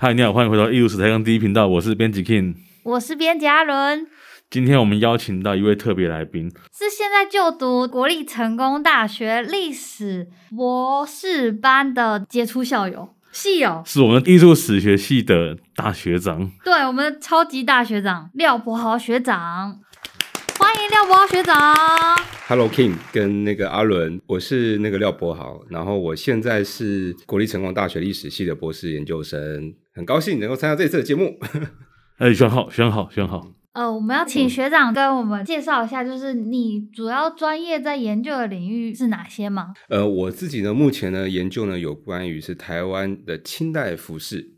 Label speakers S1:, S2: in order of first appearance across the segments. S1: 嗨，你好，欢迎回到艺术史台杠第一频道，我是编辑 King。
S2: 我是边嘉伦，
S1: 今天我们邀请到一位特别来宾，
S2: 是现在就读国立成功大学历史博士班的杰出校友系友，
S1: 是我们艺术史学系的大学长。
S2: 对我们的超级大学长廖博豪学长，欢迎廖博豪学长。
S3: Hello King 跟那个阿伦，我是那个廖博豪，然后我现在是国立成功大学历史系的博士研究生，很高兴能够参加这一次的节目。
S1: 哎，选好，选好，选好。
S2: 呃，我们要请学长跟我们介绍一下，就是你主要专业在研究的领域是哪些吗？
S3: 呃，我自己呢，目前呢研究呢有关于是台湾的清代服饰，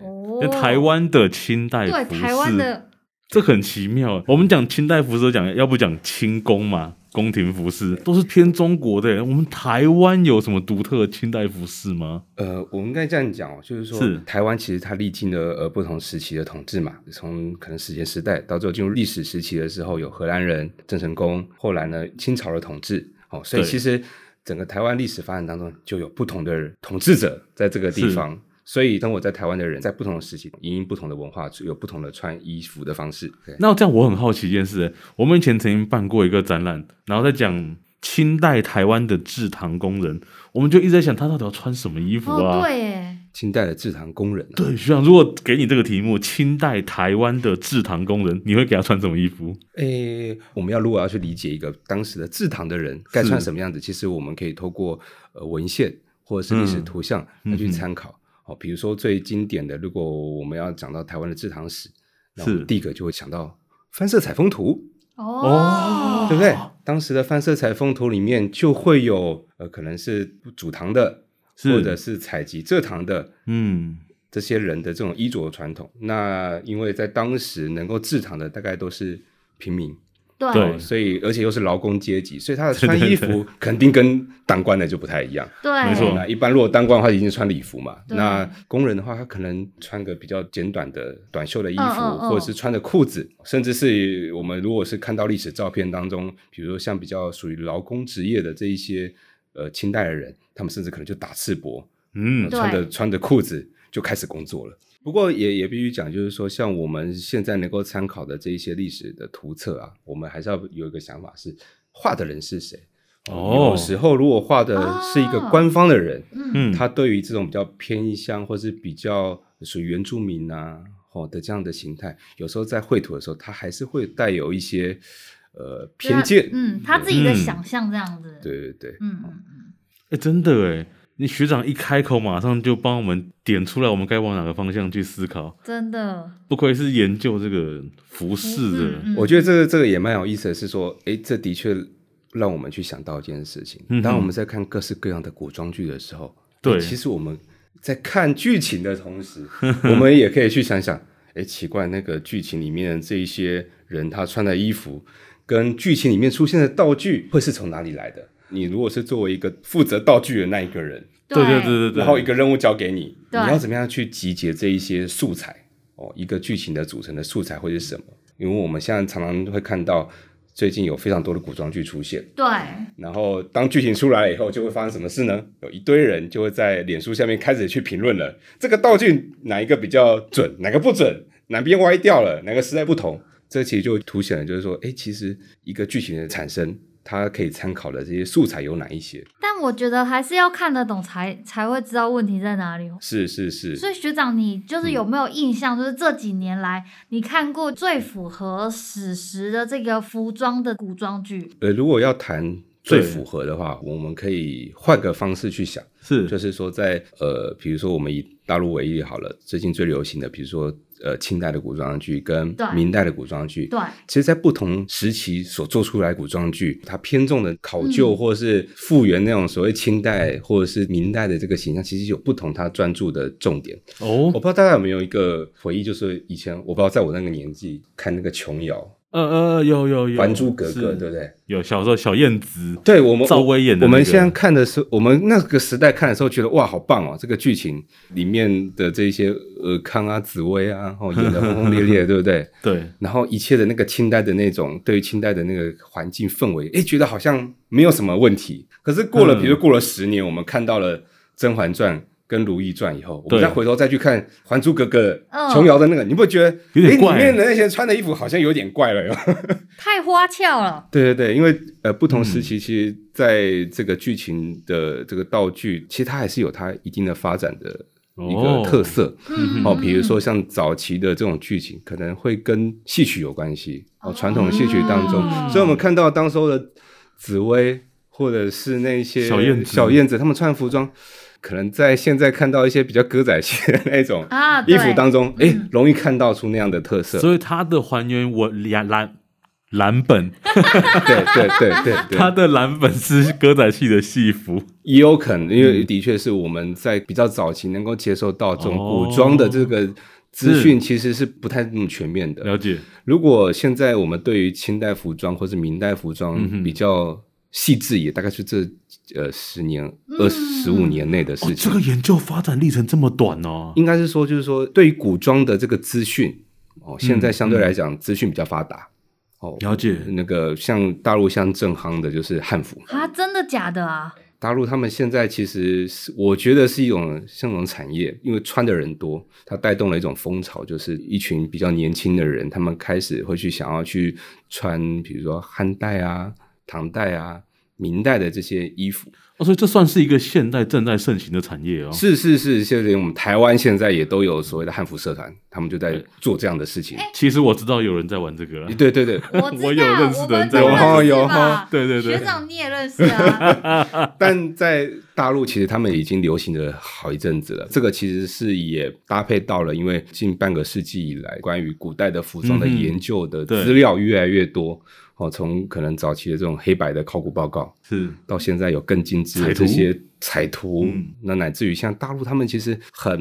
S2: 哦
S1: 那台湾的清代
S2: 对
S1: 服饰，
S2: 台湾的
S1: 这很奇妙。我们讲清代服饰，讲要不讲清宫嘛，宫廷服饰都是偏中国的。我们台湾有什么独特的清代服饰吗？
S3: 呃，我们应该这样讲哦，就是说
S1: 是
S3: 台湾其实它历经了呃不同时期的统治嘛，从可能史前时代到最后进入历史时期的时候，有荷兰人郑成功，后来呢清朝的统治，哦，所以
S1: 对
S3: 其实整个台湾历史发展当中就有不同的统治者在这个地
S1: 是
S3: 方。所以，生活在台湾的人，在不同的时期，因应不同的文化，有不同的穿衣服的方式。对，
S1: 那这样我很好奇一件事，我们以前曾经办过一个展览，然后在讲清代台湾的制糖工人，我们就一直在想他到底要穿什么衣服啊？
S2: 哦，对耶，
S3: 清代的制糖工人、啊，
S1: 对，学长，如果给你这个题目，清代台湾的制糖工人，你会给他穿什么衣服？
S3: 诶，我们要如果要去理解一个当时的制糖的人该
S1: 是
S3: 穿什么样子，其实我们可以透过呃文献或者是历史
S1: 嗯
S3: 图像
S1: 嗯
S3: 来去
S1: 哼
S3: 参考。哦，比如说最经典的，如果我们要讲到台湾的制糖史，那我们
S1: 是
S3: 第一个就会想到翻色采风图，
S2: 哦，
S3: 对不对？当时的翻色采风图里面就会有呃，可能是煮糖的，
S1: 是
S3: 或者是采集蔗糖的，
S1: 嗯，
S3: 这些人的这种衣着传统。那因为在当时能够制糖的大概都是平民。
S2: 对
S1: 对
S2: 对
S3: 哦所以而且又是劳工阶级，所以他的
S1: 对对
S3: 穿衣服肯定跟当官的就不太一样。哦
S1: 没错
S3: 那一般如果当官的话，一定是穿礼服嘛。
S2: 对
S3: 那工人的话，他可能穿个比较简短的短袖的衣服，
S2: 嗯嗯嗯
S3: 或者是穿着裤子，甚至是我们如果是看到历史照片当中，比如说像比较属于劳工职业的这一些呃清代的人，他们甚至可能就打赤膊，
S1: 嗯，
S2: 对
S3: 穿着穿着裤子就开始工作了。不过也也必须讲，就是说，像我们现在能够参考的这一些历史的图册啊，我们还是要有一个想法是，画的人是谁？
S1: 哦
S3: 有时候如果画的是一个官方的人，
S2: 哦嗯，
S1: 嗯，
S3: 他对于这种比较偏乡或是比较属于原住民啊，哦的这样的形态，有时候在绘图的时候，他还是会带有一些呃偏见。
S2: 嗯，他自己的
S1: 嗯
S2: 想象这样子，
S3: 对对对，
S2: 嗯，嗯嗯。
S1: 哎，真的哎，你学长一开口，马上就帮我们点出来，我们该往哪个方向去思考。
S2: 真的，
S1: 不愧是研究这个服饰的，
S2: 嗯
S3: 我觉得这个这个也蛮有意思的是说，诶，这的确让我们去想到一件事情。
S1: 嗯哼
S3: 当我们在看各式各样的古装剧的时候，
S1: 对
S3: 诶其实我们在看剧情的同时，我们也可以去想想，诶，奇怪，那个剧情里面这一些人他穿的衣服，跟剧情里面出现的道具会是从哪里来的？你如果是作为一个负责道具的那一个人，
S1: 对对对对对，
S3: 然后一个任务交给你，你
S2: 对
S3: 要怎么样去集结这一些素材？哦，一个剧情的组成的素材会是什么？因为我们现在常常会看到，最近有非常多的古装剧出现，
S2: 对，
S3: 然后当剧情出来以后，就会发生什么事呢？有一堆人就会在脸书下面开始去评论了，这个道具哪一个比较准，哪个不准，哪边歪掉了，哪个时代不同。这其实就凸显了，就是说，哎，其实一个剧情的产生，它可以参考的这些素材有哪一些？
S2: 但我觉得还是要看得懂才才会知道问题在哪里哦。
S3: 是是是，
S2: 所以学长，你就是
S3: 嗯
S2: 有没有印象，就是这几年来你看过最符合史实的这个服装的古装剧？
S3: 呃，如果要谈最
S1: 对
S3: 符合的话，我们可以换个方式去想，
S1: 是
S3: 就是说在呃，比如说我们以大陆为例好了，最近最流行的，比如说呃清代的古装剧跟
S2: 对
S3: 明代的古装剧，
S2: 对，
S3: 其实，在不同时期所做出来的古装剧，它偏重的考
S2: 嗯
S3: 究或是复原那种所谓清代或者是明代的这个形象，其实有不同它专注的重点。我
S1: 哦，
S3: 不知道大家有没有一个回忆，就是以前我不知道在我那个年纪看那个琼瑶
S1: 呃呃，有有
S3: 《
S1: 有，
S3: 还珠格
S1: 是
S3: 格》，对不对？
S1: 有小时候小燕子，
S3: 对我们
S1: 赵薇演的那
S3: 我们
S1: 个
S3: 现在看的是我们那个时代看的时候，觉得哇，好棒哦！这个剧情里面的这些尔康啊、紫薇啊， 哦，演的轰轰烈烈，对不对？
S1: 对，
S3: 然后一切的那个清代的那种对于清代的那个环境氛围，哎诶，觉得好像没有什么问题。可是过了，
S1: 嗯
S3: 比如过了十年，我们看到了《甄嬛传》跟《如懿传》以后，我
S1: 对
S3: 们再回头再去看《还珠格格》
S2: 嗯
S3: 琼瑶的那个，你不觉得
S1: 有点
S3: 诶
S1: 怪
S3: 里面的那些穿的衣服好像有点怪了哟。
S2: 太花俏了。
S3: 对对对，因为呃，不同时
S1: 嗯
S3: 期其实在这个剧情的这个道具，其实它还是有它一定的发展的一
S1: 哦
S3: 个特色
S2: 嗯，
S3: 哦。比如说像早期的这种剧情，可能会跟戏曲有关系哦，传统戏曲当中，
S2: 哦
S3: 所以我们看到当时候的紫薇或者是那些
S1: 小燕子
S3: 小燕子，她们穿服装，可能在现在看到一些比较歌仔戏的那种
S2: 啊，对
S3: 衣服当中，哎、
S2: 嗯
S3: 容易看到出那样的特色。
S1: 所以它的还原我蓝蓝蓝本，
S3: 对对对对对，
S1: 它的蓝本是歌仔戏的戏服，
S3: 也有可能，
S1: 嗯
S3: 因为的确是我们在比较早期能够接受到这种
S1: 哦
S3: 古装的这个资讯，其实是不太那么全面的。
S1: 了解？
S3: 如果现在我们对于清代服装或是明代服
S1: 嗯
S3: 装
S1: 哼
S3: 比较细致，也大概是这呃十年、
S2: 嗯
S3: 二十五年内的
S1: 哦
S3: 事，
S1: 这
S3: 情。
S1: 个研究发展历程这么短哦，
S3: 应该是说，就是说对于古装的这个资讯，哦，现在相对
S1: 嗯
S3: 来讲资讯比较发达。哦，
S1: 了解？
S3: 那个像大陆像正夯的就是汉服，
S2: 啊，真的假的 啊？
S3: 大陆他们现在其实是，我觉得是一种像一种产业，因为穿的人多，它带动了一种风潮，就是一群比较年轻的人，他们开始会去想要去穿，比如说汉代啊、唐代啊、明代的这些衣服。
S1: 哦，所以这算是一个现代正在盛行的产业哦。
S3: 是是是，现在我们台湾现在也都有所谓的汉服社团，他们就在做这样的事情。
S1: 其实我知道有人在玩这个了，
S3: 对对对，
S2: 我知道，
S1: 我有认识的人在
S2: 我们
S3: 玩哦
S2: 都认识
S3: 有
S2: 吧
S1: 有对对对
S2: 学长你也认识啊？
S3: 但在大陆，其实他们已经流行了好一阵子了。这个其实是也搭配到了，因为近半个世纪以来，关于古代的服装的
S1: 嗯哼
S3: 研究的
S1: 对
S3: 资料越来越多。哦，从可能早期的这种黑白的考古报告，
S1: 是
S3: 到现在有更精致的
S1: 彩图
S3: 这些彩图，
S1: 嗯
S3: 那乃至于像大陆，他们其实很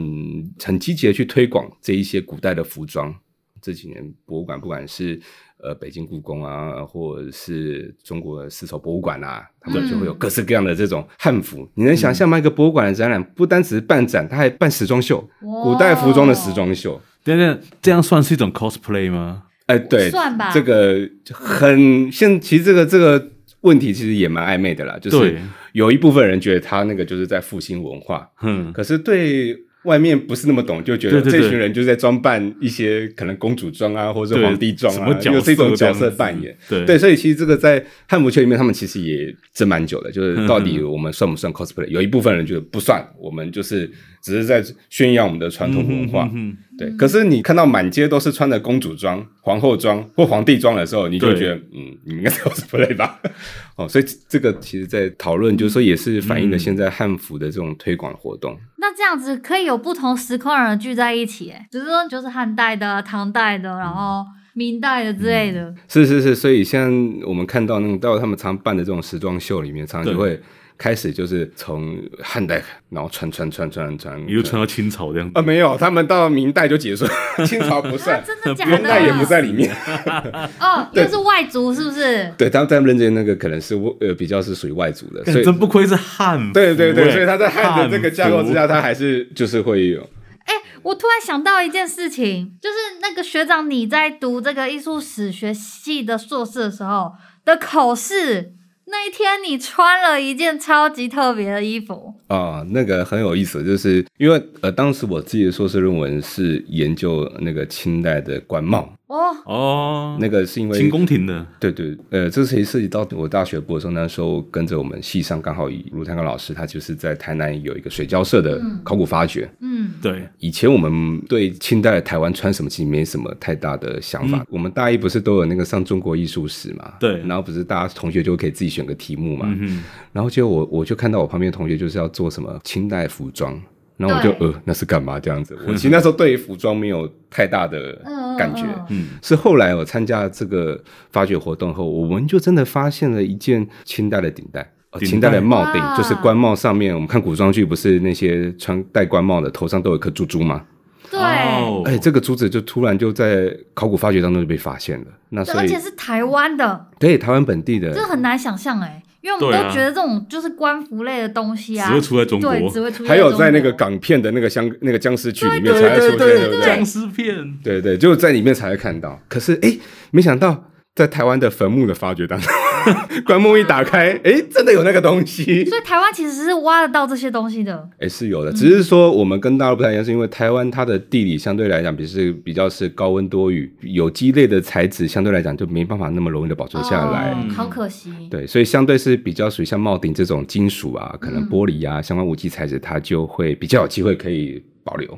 S3: 很积极的去推广这一些古代的服装。这几年博物馆，不管是呃北京故宫啊，或者是中国丝绸博物馆啊，他们就会有各式各样的这种汉服。你能想象吗？一个博物馆的展览，不单只是办展，它还办时装秀，
S2: 哇
S3: 古代服装的时装秀。
S1: 等等，这样算是一种 cosplay 吗？
S3: 哎，对，
S2: 算吧
S3: 这个很现，其实这个这个问题其实也蛮暧昧的啦，就是
S1: 对
S3: 有一部分人觉得他那个就是在复兴文化，
S1: 哼，
S3: 可是对外面不是那么懂，就觉得
S1: 嗯对对对
S3: 这群人就是在装扮一些可能公主装啊，或者
S1: 对
S3: 皇帝装
S1: 什
S3: 啊
S1: 么，角色
S3: 有这种角
S1: 这
S3: 色
S1: 样子
S3: 扮演。
S1: 对
S3: 对，所以其实这个在汉服圈里面，他们其实也争蛮久的，就是到底我们算不算 cosplay？有一
S1: 嗯
S3: 部分人觉得不算，我们就是只是在宣扬我们的传统文化。
S1: 嗯
S3: 对，可是你看到满街都是穿着公主装、皇后装或皇帝装的时候，你就
S1: 对
S3: 觉得，嗯，你应该是 cosplay 吧？ 哦，所以这个其实，在讨论就是说，也是反映
S1: 嗯
S3: 了现在汉服的这种推广活动。
S2: 那这样子可以有不同时空的人聚在一起，哎，比如说就是汉代的、唐代的，然后明代的之类的。
S3: 是是是，所以像我们看到那种到他们常办的这种时装秀里面，常常就
S1: 对
S3: 会开始就是从汉代，然后穿穿穿穿穿，
S1: 哼，一路穿到清朝这样子。
S3: 啊没有，他们到明代就结束，清朝不
S2: 啊
S3: 算，
S2: 真的假
S3: 元代也不
S2: 的？
S3: 在里面。
S2: 哦，又是外族是不是？
S3: 对，他们在认真那个可能是呃比较是属于外族的，
S1: 干
S3: 呃所以
S1: 真不愧是汉服、
S3: 对对对，
S1: 哎
S3: 所以他在汉的这个架构之，
S1: 汉
S3: 下，他还是就是会有
S2: 哎我突然想到一件事情，就是那个学长你在读这个艺术史学系的硕士的时候的口试，那一天你穿了一件超级特别的衣服，
S3: 啊、那个很有意思，就是因为呃，当时我自己的硕士论文是研究那个清代的官帽，
S2: 哦，
S1: 服哦，
S3: 那个是因为
S1: 清宫廷的，
S3: 对对，呃，这其实涉及到我大学部的时候，那时候跟着我们系上刚好以卢探高老师，他就是在台南有一个水交社的考古发掘。
S2: 嗯，
S1: 对，
S3: 以前我们对清代的台湾穿什么其实没什么太大的想法。我们大一不是都有那个上中国艺术史嘛？
S1: 对
S3: 然后不是大家同学就可以自己选个题目嘛？
S1: 嗯
S3: 然后结果我我就看到我旁边的同学就是要做什么清代服装，然后我就
S2: 对
S3: 呃那是干嘛这样子？我其实那时候对于服装没有太大的
S2: 嗯
S3: 感觉，
S1: 嗯
S2: 嗯
S3: 是后来我参加这个发掘活动后，我们就真的发现了一件清代的顶戴。呃
S1: 哦顶戴
S3: 清代的帽顶
S2: 哇
S3: 就是官帽上面，我们看古装剧不是那些穿戴官帽的头上都有一颗珠珠吗？
S2: 对，
S1: 哦
S3: 哎，这个珠子就突然就在考古发掘当中就被发现了。那所
S2: 而
S3: 以
S2: 且是台湾的，
S3: 对台湾本地的
S2: 这很难想象哎，因为我们
S1: 对啊
S2: 都觉得这种就是官服类的东西啊，
S1: 只会出在中国
S2: 对，只会出现
S3: 还有在那个
S2: 中国
S3: 港片的那个香那个僵尸剧里面才
S1: 对对
S3: 会出现，对不
S1: 对，
S3: 对
S1: 僵？尸片，
S3: 对对，就在里面才会看到。可是哎，没想到在台湾的坟墓的发掘当中， 棺木一打开，哎，真的有那个东西。
S2: 所以台湾其实是挖得到这些东西的。
S3: 哎，是有的，只是说我们跟大陆不太一样，是因为台湾它的地理相对来讲，比是比较是高温多雨，有机类的材质相对来讲就没办法那么容易的保存下来。
S2: 哦好可惜。
S3: 对，所以相对是比较属于像帽顶这种金属啊，可能玻璃啊、相关无机材质，它就会比较有机会可以保留。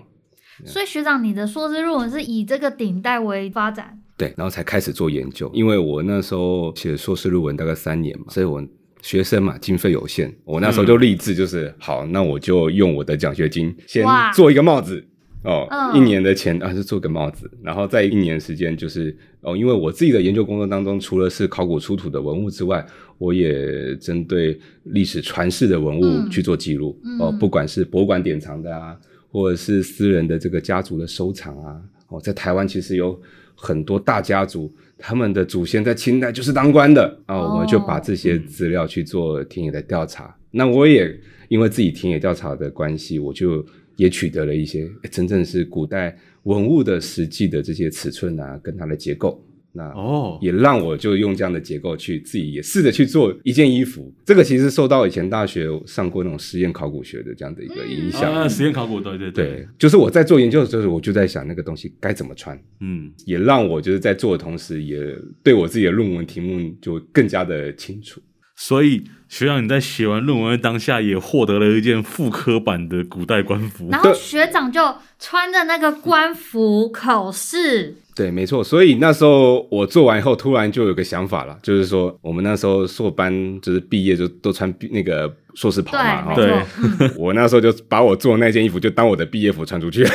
S2: 所以学长，你的硕士论文是以这个顶戴为发展，
S3: 对，然后才开始做研究。因为我那时候写硕士论文大概三年嘛，所以我学生嘛，经费有限，我那
S2: 嗯
S3: 时候就立志就是，好，那我就用我的奖学金先
S2: 哇
S3: 做一个帽子。哦，
S2: 嗯
S3: 一年的钱啊，就做个帽子，然后在一年时间就是哦，因为我自己的研究工作当中，除了是考古出土的文物之外，我也针对历史传世的文物
S2: 嗯
S3: 去做记录、
S2: 嗯
S3: 哦，不管是博物馆典藏的啊，或者是私人的这个家族的收藏啊，哦，在台湾其实有很多大家族，他们的祖先在清代就是当官的啊，
S2: 哦
S3: 我们就把这些资料去做田野的调查。那我也因为自己田野调查的关系，我就也取得了一些诶真正是古代文物的实际的这些尺寸啊，跟它的结构。那
S1: 哦，
S3: 也让我就用这样的结构去自己也试着去做一件衣服。这个其实受到以前大学上过那种实验考古学的这样的一个影响。
S1: 啊，实验考古，对对
S3: 对，，就是我在做研究的时候，我就在想那个东西该怎么穿，
S1: 嗯，
S3: 也让我就是在做的同时，也对我自己的论文题目就更加的清楚。
S1: 所以学长你在写完论文的当下，也获得了一件复刻版的古代官服
S2: 然，后学长就穿着那个官服考试，
S3: 对，没错。所以那时候我做完以后，突然就有个想法了，就是说我们那时候硕班就是毕业就都穿毕那个硕士袍
S2: 对，
S3: 嘛，
S2: 没
S3: 哈
S2: 错。
S1: 对
S2: 嗯
S3: 我那时候就把我做的那件衣服就当我的毕业服穿出去。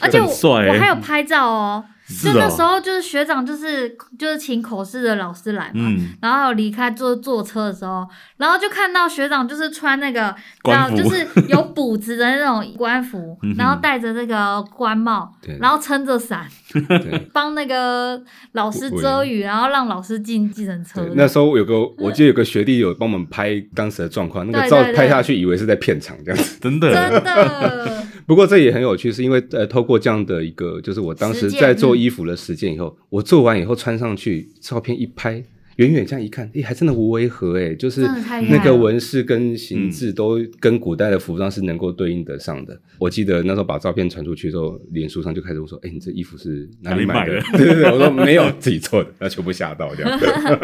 S2: 而且我
S1: 很帅欸
S2: 我还有拍照哦。
S1: 是
S2: 就
S1: 哦
S2: 那时候，就是学长，就是就是请口试的老师来嘛，
S1: 嗯
S2: 然后还有离开坐坐车的时候，然后就看到学长就是穿那个，然
S1: 官
S2: 后
S1: 服
S2: 就是有补子的那种官 服，然后戴着那个官帽
S3: 嗯对，
S2: 然后撑着伞，
S3: 对
S2: 帮那个老师
S3: 不
S2: 遮雨，然后让老师进计程车
S3: 对，。那时候有个，我记得有个学弟有帮我们拍当时的状况，那
S2: 对
S3: 个照
S2: 对对
S3: 拍下去以为是在片场这样子。
S1: 真的，
S2: 真的，
S3: 不过这也很有趣，是因为呃，透过这样的一个，就是我当时
S2: 实践嗯
S3: 在做衣服的实践以后，我做完以后穿上去，照片一拍，远远这样一看，诶，还真的无违和诶，就是
S2: 真的太厉害
S3: 那
S2: 了嗯
S3: 个纹饰跟形制都跟古代的服装是能够对应得上的。我记得那时候把照片传出去之后，脸书上就开始问说，诶，你这衣服是哪里买的？
S1: 哪
S3: 对对对，我说没有，自己做的，那全部吓到这样。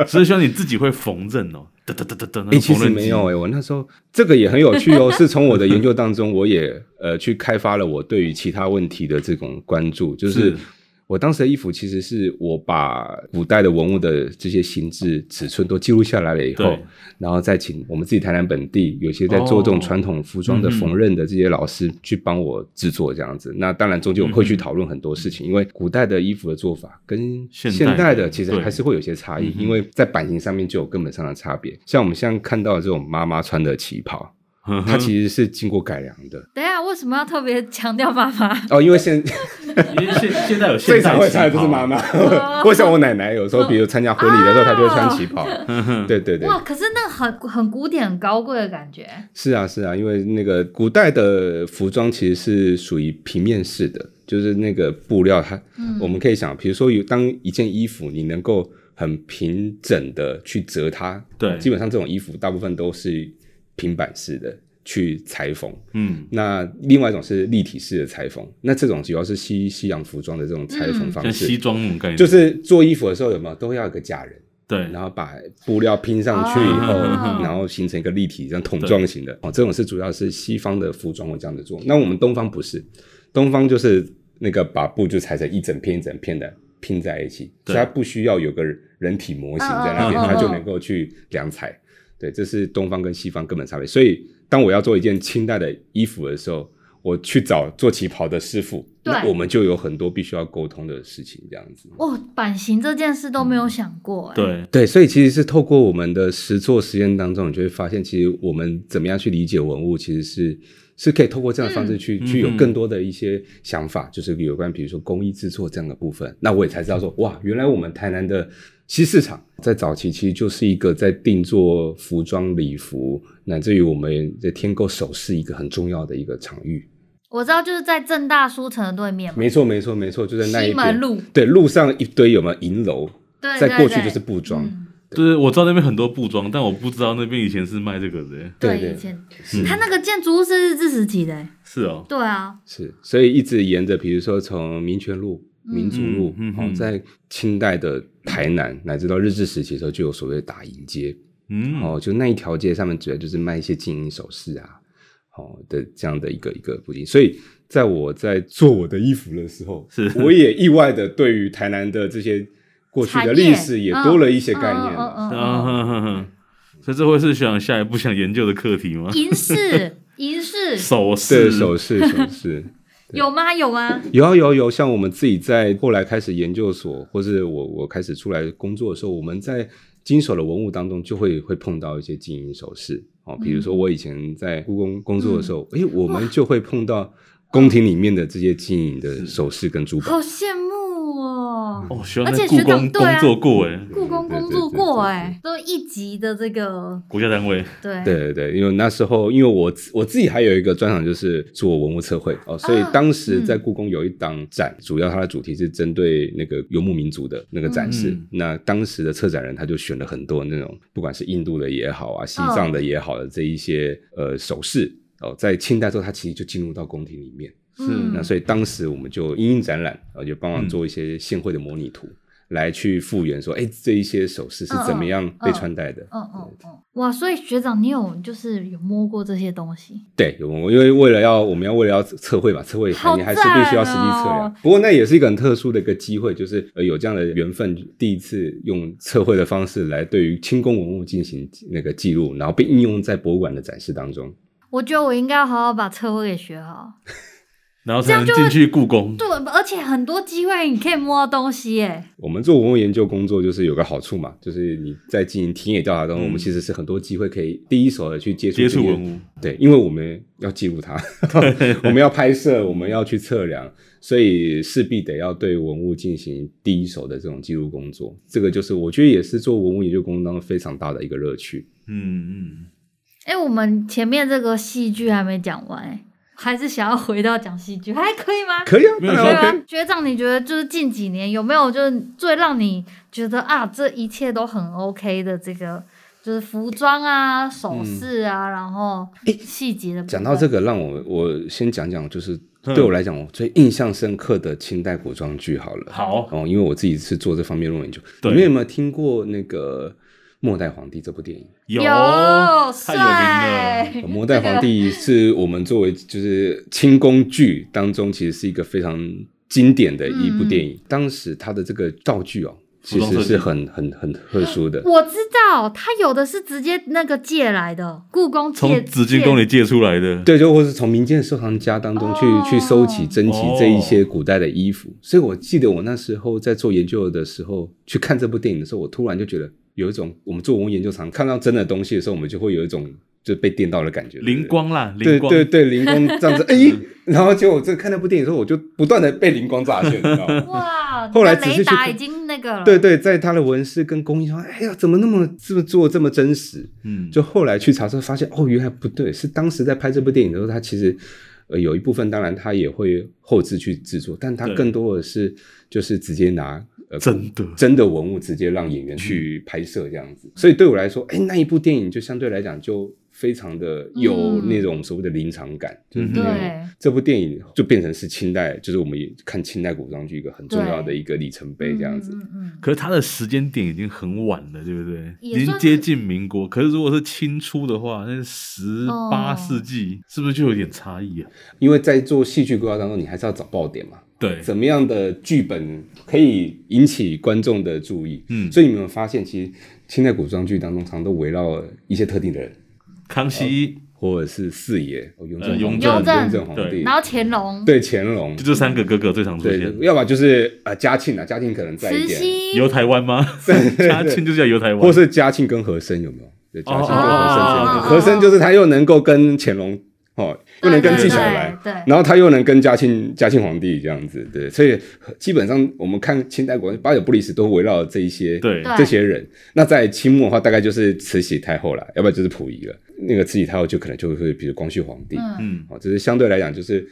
S1: 所以学长你自己会缝纫哦，噔噔噔噔噔，那
S3: 哎、
S1: 个
S3: 其
S1: 缝
S3: 实
S1: 纫
S3: 没
S1: 机
S3: 有哎、我那时候这个也很有趣哦，是从我的研究当中，我也呃去开发了我对于其他问题的这种关注，就是
S1: 是
S3: 我当时的衣服其实是我把古代的文物的这些形制、尺寸都记录下来了以后
S1: 对，
S3: 然后再请我们自己台南本地有些在做这种
S1: 哦
S3: 传统服装的
S1: 嗯哼
S3: 缝纫的这些老师去帮我制作这样子。那当然中间我们会去
S1: 嗯
S3: 讨论很多事情，因为古代的衣服的做法跟
S1: 现代
S3: 现
S1: 的
S3: 代的其实
S1: 对
S3: 还是会有些差异
S1: 嗯，哼
S3: 因为在版型上面就有根本上的差别。像我们现在看到的这种妈妈穿的旗袍，
S1: 嗯
S3: 它
S1: 哼
S3: 其实是经过改良的
S2: 等一下为什么要特别强调妈妈？
S3: 哦，因 为现
S1: 因为现现在有现
S3: 最
S1: 代
S3: 常会穿的
S1: 旗
S3: 就是
S1: 袍
S3: 妈，妈。 我想我奶奶有时候，比如参加婚礼的时候，她就会穿旗袍。
S1: 嗯
S3: 对对对，
S2: 哇，可是那个很很古典、很高贵的感觉，
S3: 是啊，是啊，因为那个古代的服装其实是属于平面式的，就是那个布料它，我们可以想，比如说有当一件衣服你能够很平整的去折它，
S1: 对
S3: 基本上这种衣服大部分都是平板式的去裁缝，
S1: 嗯，
S3: 那另外一种是立体式的裁缝，那这种主要是西西洋服装的这种裁缝
S2: 嗯
S3: 方
S1: 像
S3: 式，
S1: 西装那种概念，
S3: 就是做衣服的时候有没有都要有个假人。
S1: 对啊嗯
S3: 然后把布料拼上去以后，
S2: 哦
S3: 然后形成一个立体，这样桶状型的。哦，这种是主要是西方的服装会这样子做。那我们东方不是，东方就是那个把布就裁成一整片一整片的拼在一起，所
S1: 对啊
S3: 以它不需要有个人体模型在那
S2: 嗯
S3: 边，
S2: 嗯嗯
S3: 它就
S2: 嗯
S3: 能够去量裁。对，这是东方跟西方根本差别。所以当我要做一件清代的衣服的时候，我去找做旗袍的师傅，
S2: 对
S3: 那我们就有很多必须要沟通的事情，这样子。
S2: 哦，版型这件事都没有想过、哎，
S1: 对，
S3: 对，所以其实是透过我们的实做实验当中，你就会发现，其实我们怎么样去理解文物，其实是是可以透过这样的方式去、
S1: 嗯
S3: 去有
S1: 嗯
S3: 更多的一些想法，就是有关比如说工艺制作这样的部分。那我也才知道说，哇，原来我们台南的西市场在早期其实就是一个在定做服装礼服，乃至于我们的添购首饰一个很重要的一个场域。
S2: 我知道就是在正大书城的对面嘛，
S3: 没错，没错，没错，就在那一
S2: 西门
S3: 边。
S2: 路，
S3: 对，路上一堆有没有银楼？
S2: 对，
S3: 在过
S2: 对
S3: 去就是布庄，
S2: 嗯
S1: 就是我知道那边很多布庄，但我不知道那边以前是卖这个的。
S3: 对
S2: 对，
S3: 对
S2: 以前
S3: 是
S2: 他那个建筑物是日治时期的欸，
S1: 是哦，
S2: 对啊，
S3: 是，所以一直沿着，比如说从民权路、民族路，
S1: 嗯嗯
S3: 哦
S1: 嗯，
S3: 在清代的台南乃至到日治时期的时候，就有所谓的打银街，
S1: 嗯，
S3: 哦，就那一条街上面主要就是卖一些金银首饰啊，哦的这样的一个一个布景。所以在我在做我的衣服的时候，
S1: 是
S3: 我也意外的对于台南的这些过去的
S2: 产
S3: 历
S2: 业
S3: 史也
S2: 嗯
S3: 多了一些概
S2: 嗯
S3: 念啊。
S2: 嗯嗯
S1: 啊，
S2: 嗯
S1: 哼哼哼所以这会是想下一步想研究的课题吗
S2: 嗯，？银饰，银饰
S1: 首饰，
S3: 对，首饰，首饰。
S2: 有吗？有吗？
S3: 有啊有啊有啊，像我们自己在后来开始研究所，或是我我开始出来工作的时候，我们在经手的文物当中就会会碰到一些金银首饰哦，比如说我以前在故宫工作的时候，诶，我们就会碰到宫廷里面的这些金银的首饰跟珠宝
S2: 好。羡慕哦，
S1: 哦，学
S2: 而
S1: 长在
S2: 且
S1: 故
S2: 学长
S1: 宫
S2: 对
S1: 工
S2: 啊
S1: 作过哎，
S2: 故宫工作
S3: 对对对
S2: 过
S3: 对
S2: 哎，都一级的这个，
S1: 国家单位，
S2: 对
S3: 对对对，因为那时候，因为我自我自己还有一个专场，就是做文物测绘哦，所以
S2: 啊
S3: 当时在
S2: 嗯
S3: 故宫有一档展，主要它的主题是针对那个游牧民族的那个展示。
S1: 嗯
S3: 那当时的策展人他就选了很多那种，不管是印度的也好啊，西
S2: 哦
S3: 藏的也好的这一些、呃首饰哦，在清代之后，它其实就进入到宫廷里面。
S2: 嗯
S3: 那所以当时我们就因应展览，呃，就帮忙做一些现绘的模拟图。来去复原说，哎，这一些首饰是怎么样被
S2: 嗯嗯
S3: 穿戴的？
S2: 嗯嗯嗯，哇！所以学长，你有就是有摸过这些东西，
S3: 对，有我因为为了要我们要为了要测绘嘛，测绘
S2: 好
S3: 你还是必须要实地测
S2: 赞哦
S3: 量。不过那也是一个很特殊的一个机会，就是呃有这样的缘分，第一次用测绘的方式来对于清宫文物进行那个记录，然后被应用在博物馆的展示当中。
S2: 我觉得我应该要好好把车位给学好。
S1: 然后
S2: 这
S1: 才
S2: 样
S1: 能
S2: 就
S1: 进
S2: 会
S1: 去故宫。
S2: 对，而且很多机会你可以摸到东西欸耶。
S3: 我们做文物研究工作就是有个好处嘛，就是你在进行田野调查当中，
S1: 嗯
S3: 我们其实是很多机会可以第一手的去接触
S1: 接触
S3: 这些
S1: 文物，
S3: 对，因为我们要 记录它，我们要拍摄，我们要去测量，所以势必得要对文物进行第一手的这种记录工作。这个就是我觉得也是做文物研究工作当中非常大的一个乐趣。
S1: 嗯嗯，
S2: 哎、我们前面这个戏剧还没讲完、哎，还是想要回到讲戏剧，还可以吗？
S3: 可以啊，
S1: 没有
S3: 当
S2: 对
S3: 然 OK。
S2: 啊，学长，你觉得就是近几年有没有就是最让你觉得啊，这一切都很 OK 的这个，就是服装啊、首饰啊，然后细节的部分。
S3: 讲到这个，让我我先讲讲，就是
S1: 嗯
S3: 对我来讲，我最印象深刻的清代古装剧好了。
S1: 嗯好，
S2: 嗯
S3: 哦，因为我自己是做这方面论文研究。
S1: 对
S3: 你们有没有听过那个《末代皇帝》这部电影？
S1: 有太有
S2: 帅
S1: 名了，
S3: 《末代皇帝》是我们作为就是清宫剧当中，其实是一个非常经典的一部电影。当时它的这个道具哦，
S1: 服
S3: 其
S1: 装设
S3: 实
S1: 计
S3: 是很很很特殊的。
S2: 我知道，他有的是直接那个借来的，故宫借
S1: 从紫禁宫里借出来的。
S3: 对，就或是从民间收藏家当中去、
S2: 哦
S3: 去收集、珍奇这一
S1: 哦
S3: 些古代的衣服。所以我记得我那时候在做研究的时候，去看这部电影的时候，我突然就觉得有一种我们做文物研究常看到真的东西的时候，我们就会有一种就被电到的感觉，对不对
S1: 灵光啦，灵
S3: 对
S1: 光，嗯
S3: 对对，灵光这样子，哎， 然后结果我这看那部电影的时候，我就不断的被灵光乍现，你知道吗？
S2: 哇，你
S3: 后来
S2: 的
S3: 仔
S2: 雷
S3: 细去
S2: 达
S3: 看
S2: 已经那个了。
S3: 对对，在他的文饰跟工艺上，哎呀，怎么那么这么做这么真实？
S1: 嗯，
S3: 就后来去查之后发现，哦，原来不对，是当时在拍这部电影的时候，他其实呃有一部分当然他也会后置去制作，但他
S1: 对
S3: 更多的是就是直接拿呃
S1: 真的
S3: 真的文物直接让演员去拍摄这样子。所以对我来说，哎，那一部电影就相对来讲就非常的有
S2: 嗯
S3: 那种所谓的临场感，
S1: 嗯
S3: 就是那种
S2: 对
S3: 这部电影就变成是清代，就是我们也看清代古装剧一个很重要的一个里程碑这样子。
S2: 嗯嗯嗯
S1: 可是它的时间点已经很晚了，对不对？
S2: 也
S1: 已经
S2: 算
S1: 接
S2: 是
S1: 近民国。可是如果是清初的话，那是十八
S2: 哦
S1: 世纪，是不是就有点差异啊？
S3: 因为在做戏剧规划当中，你还是要找爆点嘛，
S1: 对，
S3: 怎么样的剧本可以引起观众的注意？
S1: 嗯
S3: 所以你们有发现，其实清代古装剧当中常都围绕一些特定的人，
S1: 康熙
S3: 或者是四爷、哦雍
S1: 呃
S3: 正、
S1: 雍
S3: 正、雍
S2: 正
S3: 正皇
S1: 对
S3: 帝
S2: 嗯然，后乾隆、
S3: 对乾隆
S1: 就，这三个哥哥最常出
S3: 对
S1: 现，。
S3: 要么就是呃嘉庆啊，嘉庆可能在一
S2: 慈
S3: 点，
S2: 禧、
S1: 游台湾吗？嘉庆就叫游台湾，
S3: 或是嘉庆跟和珅有没有？对，嘉庆跟和
S2: 哦
S3: 珅这
S2: 哦
S3: 样
S2: 哦
S3: 子，
S2: 哦
S3: 和珅就是他又能够跟乾隆哦，又能跟纪晓岚。
S2: 对对对
S3: 然后他又能跟嘉庆嘉庆皇帝这样子，对，所以基本上我们看清代国八九不离十都围绕这一些
S1: 对
S2: 对
S3: 这些人。那在清末的话，大概就是慈禧太后了，要不然就是溥仪了。那个慈禧太后就可能就会比如光绪皇帝，
S2: 嗯
S1: 嗯，
S3: 哦，只是相对来讲就是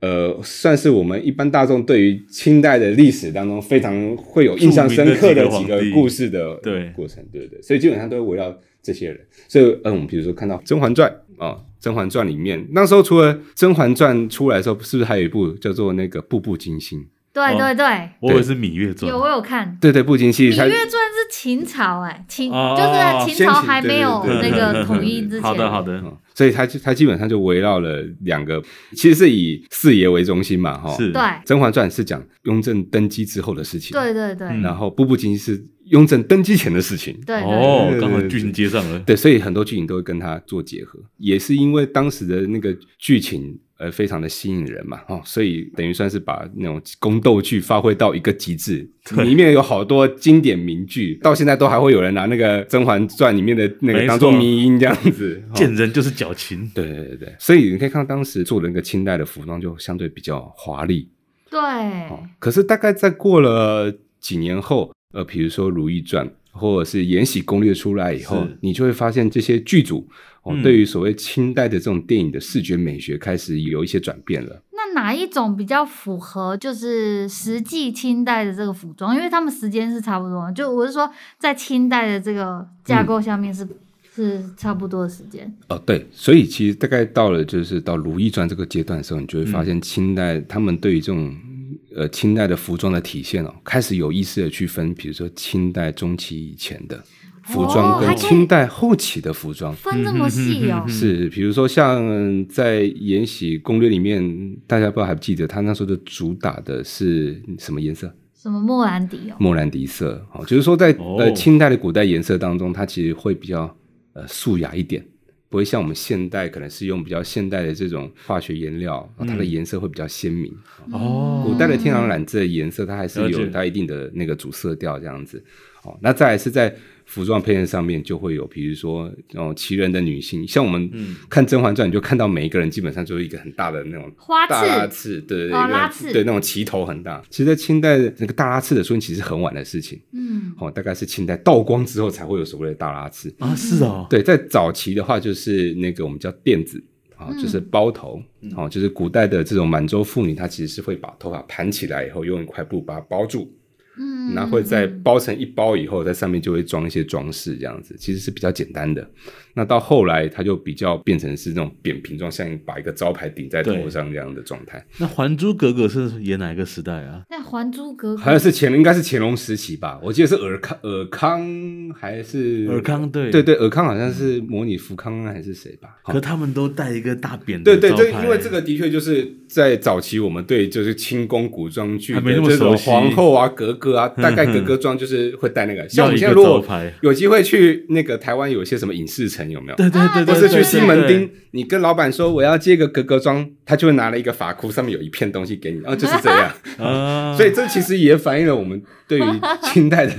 S3: 呃，算是我们一般大众对于清代的历史当中非常会有印象深刻的几个故事
S1: 著名
S3: 的
S1: 的几个皇帝对
S3: 过程，对对，所以基本上都会围绕这些人。所以，嗯、我们比如说看到《甄嬛传》啊，《甄嬛传》里面那时候除了《甄嬛传》出来的时候，是不是还有一部叫做那个《步步惊心》？
S2: 对
S1: 哦
S2: 对对，
S1: 我以为是《芈月传
S2: 有》。我有看。
S3: 对对，《步惊心》
S2: 《
S3: 它
S2: 芈月传》是秦朝哎、秦
S1: 哦
S2: 就是在秦朝还没有
S3: 先
S2: 那
S3: 秦对对
S1: 嗯
S3: 对
S2: 个统一之前，
S1: 好的好的，
S3: 嗯所以它就它基本上就围绕了两个，其实是以四爷为中心嘛，哈。
S1: 是
S2: 对
S3: 《甄嬛传》是讲雍正登基之后的事情，。
S2: 对对对、
S1: 嗯
S3: 然后《步步惊心》是雍正登基前的事情，
S2: 对对对
S1: 哦
S3: 对，对
S1: 刚好
S3: 对
S1: 剧情接上了。
S3: 对，所以很多剧情都会跟它做结合，也是因为当时的那个剧情呃非常的吸引人嘛，哦，所以等于算是把那种宫斗剧发挥到一个极致，里面有好多经典名句，到现在都还会有人拿那个《甄嬛传》里面的那
S1: 没
S3: 个
S1: 错
S3: 当做迷音这样子。哦
S1: 见人就是矫情，
S3: 对对对对，所以你可以看到当时做的那个清代的服装就相对比较华丽，
S2: 对
S3: 哦，可是大概在过了几年后，呃，比如说《如懿传》或者是《延禧攻略》出来以后
S1: 是，
S3: 你就会发现这些剧组哦，
S1: 嗯
S3: 对于所谓清代的这种电影的视觉美学开始有一些转变了。
S2: 那哪一种比较符合就是实际清代的这个服装？因为他们时间是差不多的，就我是说在清代的这个架构下面是、
S3: 嗯
S2: 是差不多的时间。
S3: 哦，对，所以其实大概到了就是到《如懿传》这个阶段的时候，你就会发现清代、他们对于这种呃清代的服装的体现哦，开始有意识的去分，比如说清代中期以前的服
S2: 哦
S3: 装
S2: 还
S3: 跟
S2: 可以
S3: 清代后期的服装。
S2: 分这么细哦、
S1: 嗯
S3: 是，比如说像在《延禧攻略》里面，大家不知道还记得，他那时候的主打的是什么颜色？
S2: 什么莫兰迪哦、
S3: 莫兰迪色。哦，就是说在、
S1: 哦
S3: 呃清代的古代颜色当中，它其实会比较呃素雅一点，不会像我们现代可能是用比较现代的这种化学颜料，哦它的
S1: 嗯
S3: 颜色会比较鲜明。
S2: 嗯
S1: 哦
S3: 古代的天堂染这颜色，它还
S1: 了
S3: 是
S1: 解
S3: 有它一定的那个主色调这样子。哦，那再来是在服装配件上面就会有，比如说哦，奇人的女性，像我们
S1: 嗯
S3: 看《甄嬛传》，你就看到每一个人基本上就是一个很大的那种
S2: 花
S3: 大拉
S2: 刺
S3: 刺，对对对，
S2: 哦
S3: 一个
S2: 拉刺
S3: 对那种旗头很大。其实，在清代那个大拉刺的出现，其实很晚的事情。
S2: 嗯，
S3: 哦，大概是清代道光之后才会有所谓的大拉刺。
S1: 啊，是哦，
S3: 对，在早期的话，就是那个我们叫辫子啊，
S2: 嗯
S3: 就是包头哦，就是古代的这种满洲妇女，她其实是会把头发盘起来以后，用一块布把它包住，
S2: 嗯，
S3: 然后会再
S2: 嗯
S3: 包成一包以后，在上面就会装一些装饰，这样子其实是比较简单的。那到后来，它就比较变成是那种扁平状，像把一个招牌顶在头
S1: 对
S3: 上这样的状态。
S1: 那《还珠格格》是演哪一个时代啊？
S2: 那《还珠格格
S3: 好》像是乾，应该是乾隆时期吧，我记得是尔康，尔康还是
S1: 尔康对
S3: 对对，尔康好像是模拟福康啊还是谁吧？好
S1: 可他们都带一个大扁的
S3: 对对，
S1: 招
S3: 这
S1: 牌
S3: 因为这个的确就是在早期我们对就是清宫古装剧
S1: 还
S3: 的
S1: 没那么
S3: 这种
S1: 熟悉嗯
S3: 皇后啊、格格啊，大概格格装就是会戴那个。像
S1: 要
S3: 我们
S1: 一
S3: 现在
S1: 个
S3: 如
S1: 招
S3: 果
S1: 牌，
S3: 有机会去那个台湾有一些什么影视城有没有？
S1: 对对对
S2: 啊
S1: 对，
S3: 或
S1: 对
S3: 是
S1: 对
S3: 去西门町，你跟老板说我要接一个格格装，他就会拿了一个发箍，上面有一片东西给 你，哦，就是这样。
S1: 啊，
S3: 所以这其实也反映了我们 对于清代的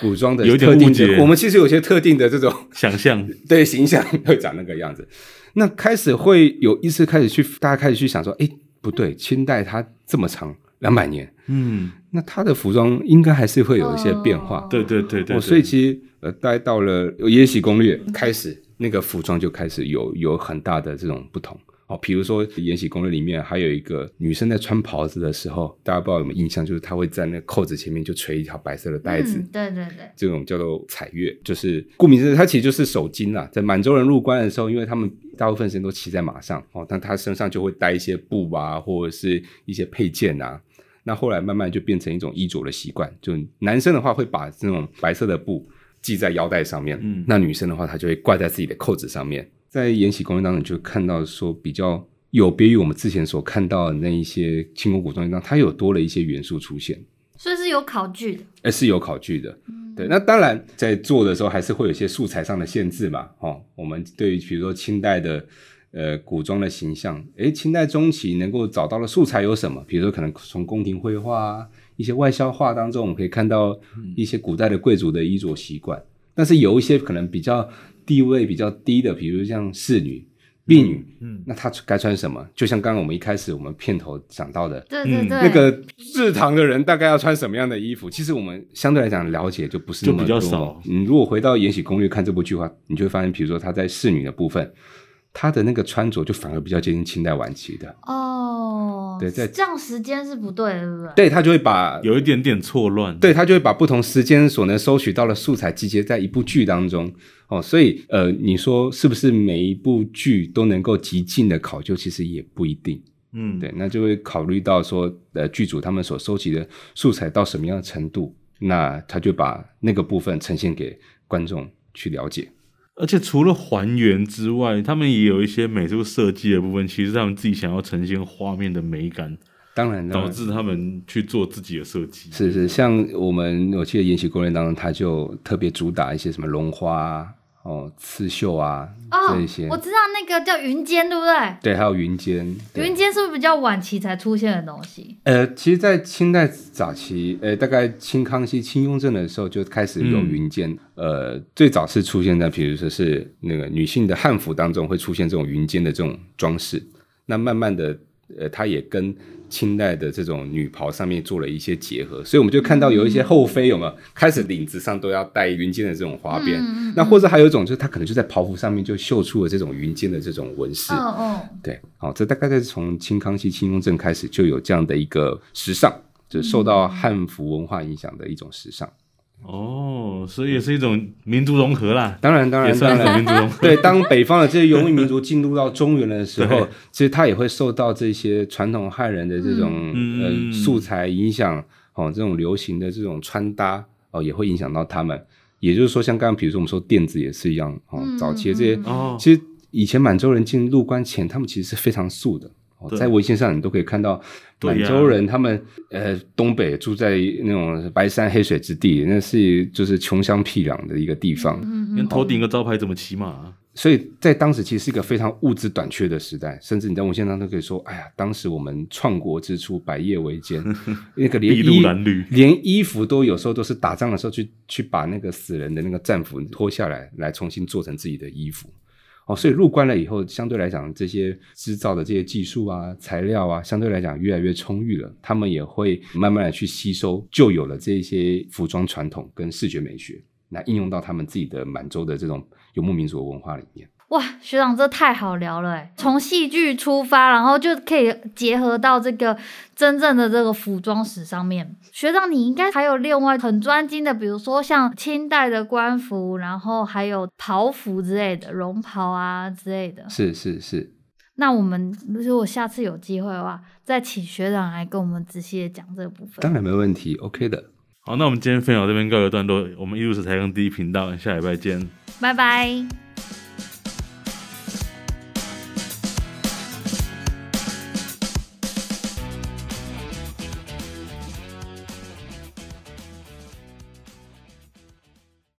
S3: 古装的
S1: 有点
S3: 特定
S1: 误解
S3: 的，我们其实有些特定的这种
S1: 想象
S3: 对形象 会长那个样子。那开始会有意识开始去，大家开始去想说，哎，不对，清代它这么长两百年，
S1: 嗯，
S3: 那它的服装应该还是会有一些变化。
S2: 哦
S1: 对对对对，
S3: 哦，
S1: 对
S3: 所以其实呃，大概到了《延禧攻略》开始，那个服装就开始有有很大的这种不同。哦，比如说《延禧攻略》里面还有一个女生在穿袍子的时候，大家不知道有没有印象，就是她会在那扣子前面就垂一条白色的带子，
S2: 嗯对对对，
S3: 这种叫做彩月，就是顾名思义，它其实就是手巾啦。在满洲人入关的时候，因为他们大部分时间都骑在马上哦，但他身上就会带一些布啊，或者是一些配件啊。那后来慢慢就变成一种衣着的习惯，就男生的话会把这种白色的布系在腰带上面，
S1: 嗯
S3: 那女生的话她就会挂在自己的扣子上面。在《延禧攻略》当中，你就看到说比较有别于我们之前所看到的那一些清宫古装剧当中，它有多了一些元素出现。
S2: 所以是有考据的，
S3: 呃，是有考据的。对，那当然在做的时候还是会有一些素材上的限制嘛。哦，我们对于比如说清代的呃古装的形象，诶，清代中期能够找到的素材有什么？比如说可能从宫廷绘画啊、一些外销画当中，我们可以看到一些古代的贵族的衣着习惯。但是有一些可能比较地位比较低的，比如像侍女、婢女，
S1: 嗯
S3: 那她该穿什么？就像刚刚我们一开始我们片头讲到的，
S2: 对对
S1: 嗯
S2: 对，
S3: 那个制糖的人大概要穿什么样的衣服？其实我们相对来讲了解就不是那么
S1: 就比较
S3: 多
S1: 少
S3: 你如果回到《延禧攻略》看这部剧的话，你就会发现，比如说她在侍女的部分，她的那个穿着就反而比较接近清代晚期的。
S2: 哦，
S3: 对，在
S2: 这样时间是不对的，对不对？
S3: 对他就会把
S1: 有一点点错乱。
S3: 对他就会把不同时间所能收取到的素材集结在一部剧当中哦，所以呃，你说是不是每一部剧都能够极尽的考究？其实也不一定。
S1: 嗯，
S3: 对，那就会考虑到说，呃，剧组他们所收集的素材到什么样的程度，那他就把那个部分呈现给观众去了解。
S1: 而且除了还原之外，他们也有一些美术设计的部分，其实他们自己想要呈现画面的美感，
S3: 当然，当
S1: 导
S3: 然
S1: 致他们去做自己的设计。
S3: 嗯是是，像我们我记得《延禧攻略》当中，他就特别主打一些什么龙花啊、哦刺绣啊、
S2: 哦
S3: 这一些，
S2: 我知道那个叫云间，对不对？
S3: 对，还有云间，对
S2: 云间是不是比较晚期才出现的东西？
S3: 呃，其实，在清代早期，呃，大概清康熙、清雍正的时候就开始有
S1: 嗯
S3: 云间。呃，最早是出现在，比如说是那个女性的汉服当中会出现这种云间的这种装饰。那慢慢的，呃，它也跟清代的这种女袍上面做了一些结合，所以我们就看到有一
S2: 嗯
S3: 些后妃有没有开始领子上都要带云间的这种花边。
S2: 嗯嗯
S3: 那或者还有一种，就是它可能就在袍服上面就绣出了这种云间的这种纹饰。
S2: 嗯嗯，
S3: 对，好、这大概在从清康熙、清雍正开始就有这样的一个时尚，就是受
S1: 嗯
S3: 到汉服文化影响的一种时尚。
S1: 哦，所以也是一种民族融合啦，
S3: 当然，当
S1: 也
S3: 然，
S1: 算
S3: 当
S1: 是
S3: 然，
S1: 民族融合。
S3: 对，当北方的这些游牧民族进入到中原 的时候，其实它也会受到这些传统汉人的这种、
S1: 嗯
S3: 呃素材影响，哦，这种流行的这种穿搭哦，也会影响到他们。也就是说，像刚刚比如说我们说垫子也是一样，哦，
S2: 嗯
S3: 早期的这些
S2: 嗯嗯
S1: 哦，
S3: 其实以前满洲人进入关前，他们其实是非常素的。哦
S1: 对
S3: 在文献上，你都可以看到
S1: 对呀
S3: 满洲人他们、呃东北住在那种白山黑水之地，那是就是穷乡僻壤的一个地方，
S2: 嗯
S1: 连
S2: 嗯，
S1: 头顶个招牌怎么骑马啊、
S3: 所以在当时其实是一个非常物资短缺的时代，甚至你在文献当中可以说，哎呀，当时我们创国之初，百业为 艰，那个连
S1: 筚路
S3: 衣
S1: 蓝缕
S3: 连衣服都有时候都是打仗的时候去去把那个死人的那个战俘脱下来，来重新做成自己的衣服。哦，所以入关了以后，相对来讲，这些制造的这些技术啊、材料啊，相对来讲越来越充裕了。他们也会慢慢的去吸收旧有的这些服装传统跟视觉美学，来应用到他们自己的满洲的这种游牧民族的文化里面。
S2: 哇，学长这太好聊了哎！从戏剧出发，然后就可以结合到这个真正的这个服装史上面。学长，你应该还有另外很专精的，比如说像清代的官服，然后还有袍服之类的，绒袍啊之类的。
S3: 是是是，
S2: 那我们如果下次有机会的话，再请学长来跟我们仔细的讲这个部分
S3: 当。然没问题，OK 的。
S1: 好，那我们今天分享到这边告一个段落，我们一路是台更第一频道，下礼拜见。
S2: 拜拜。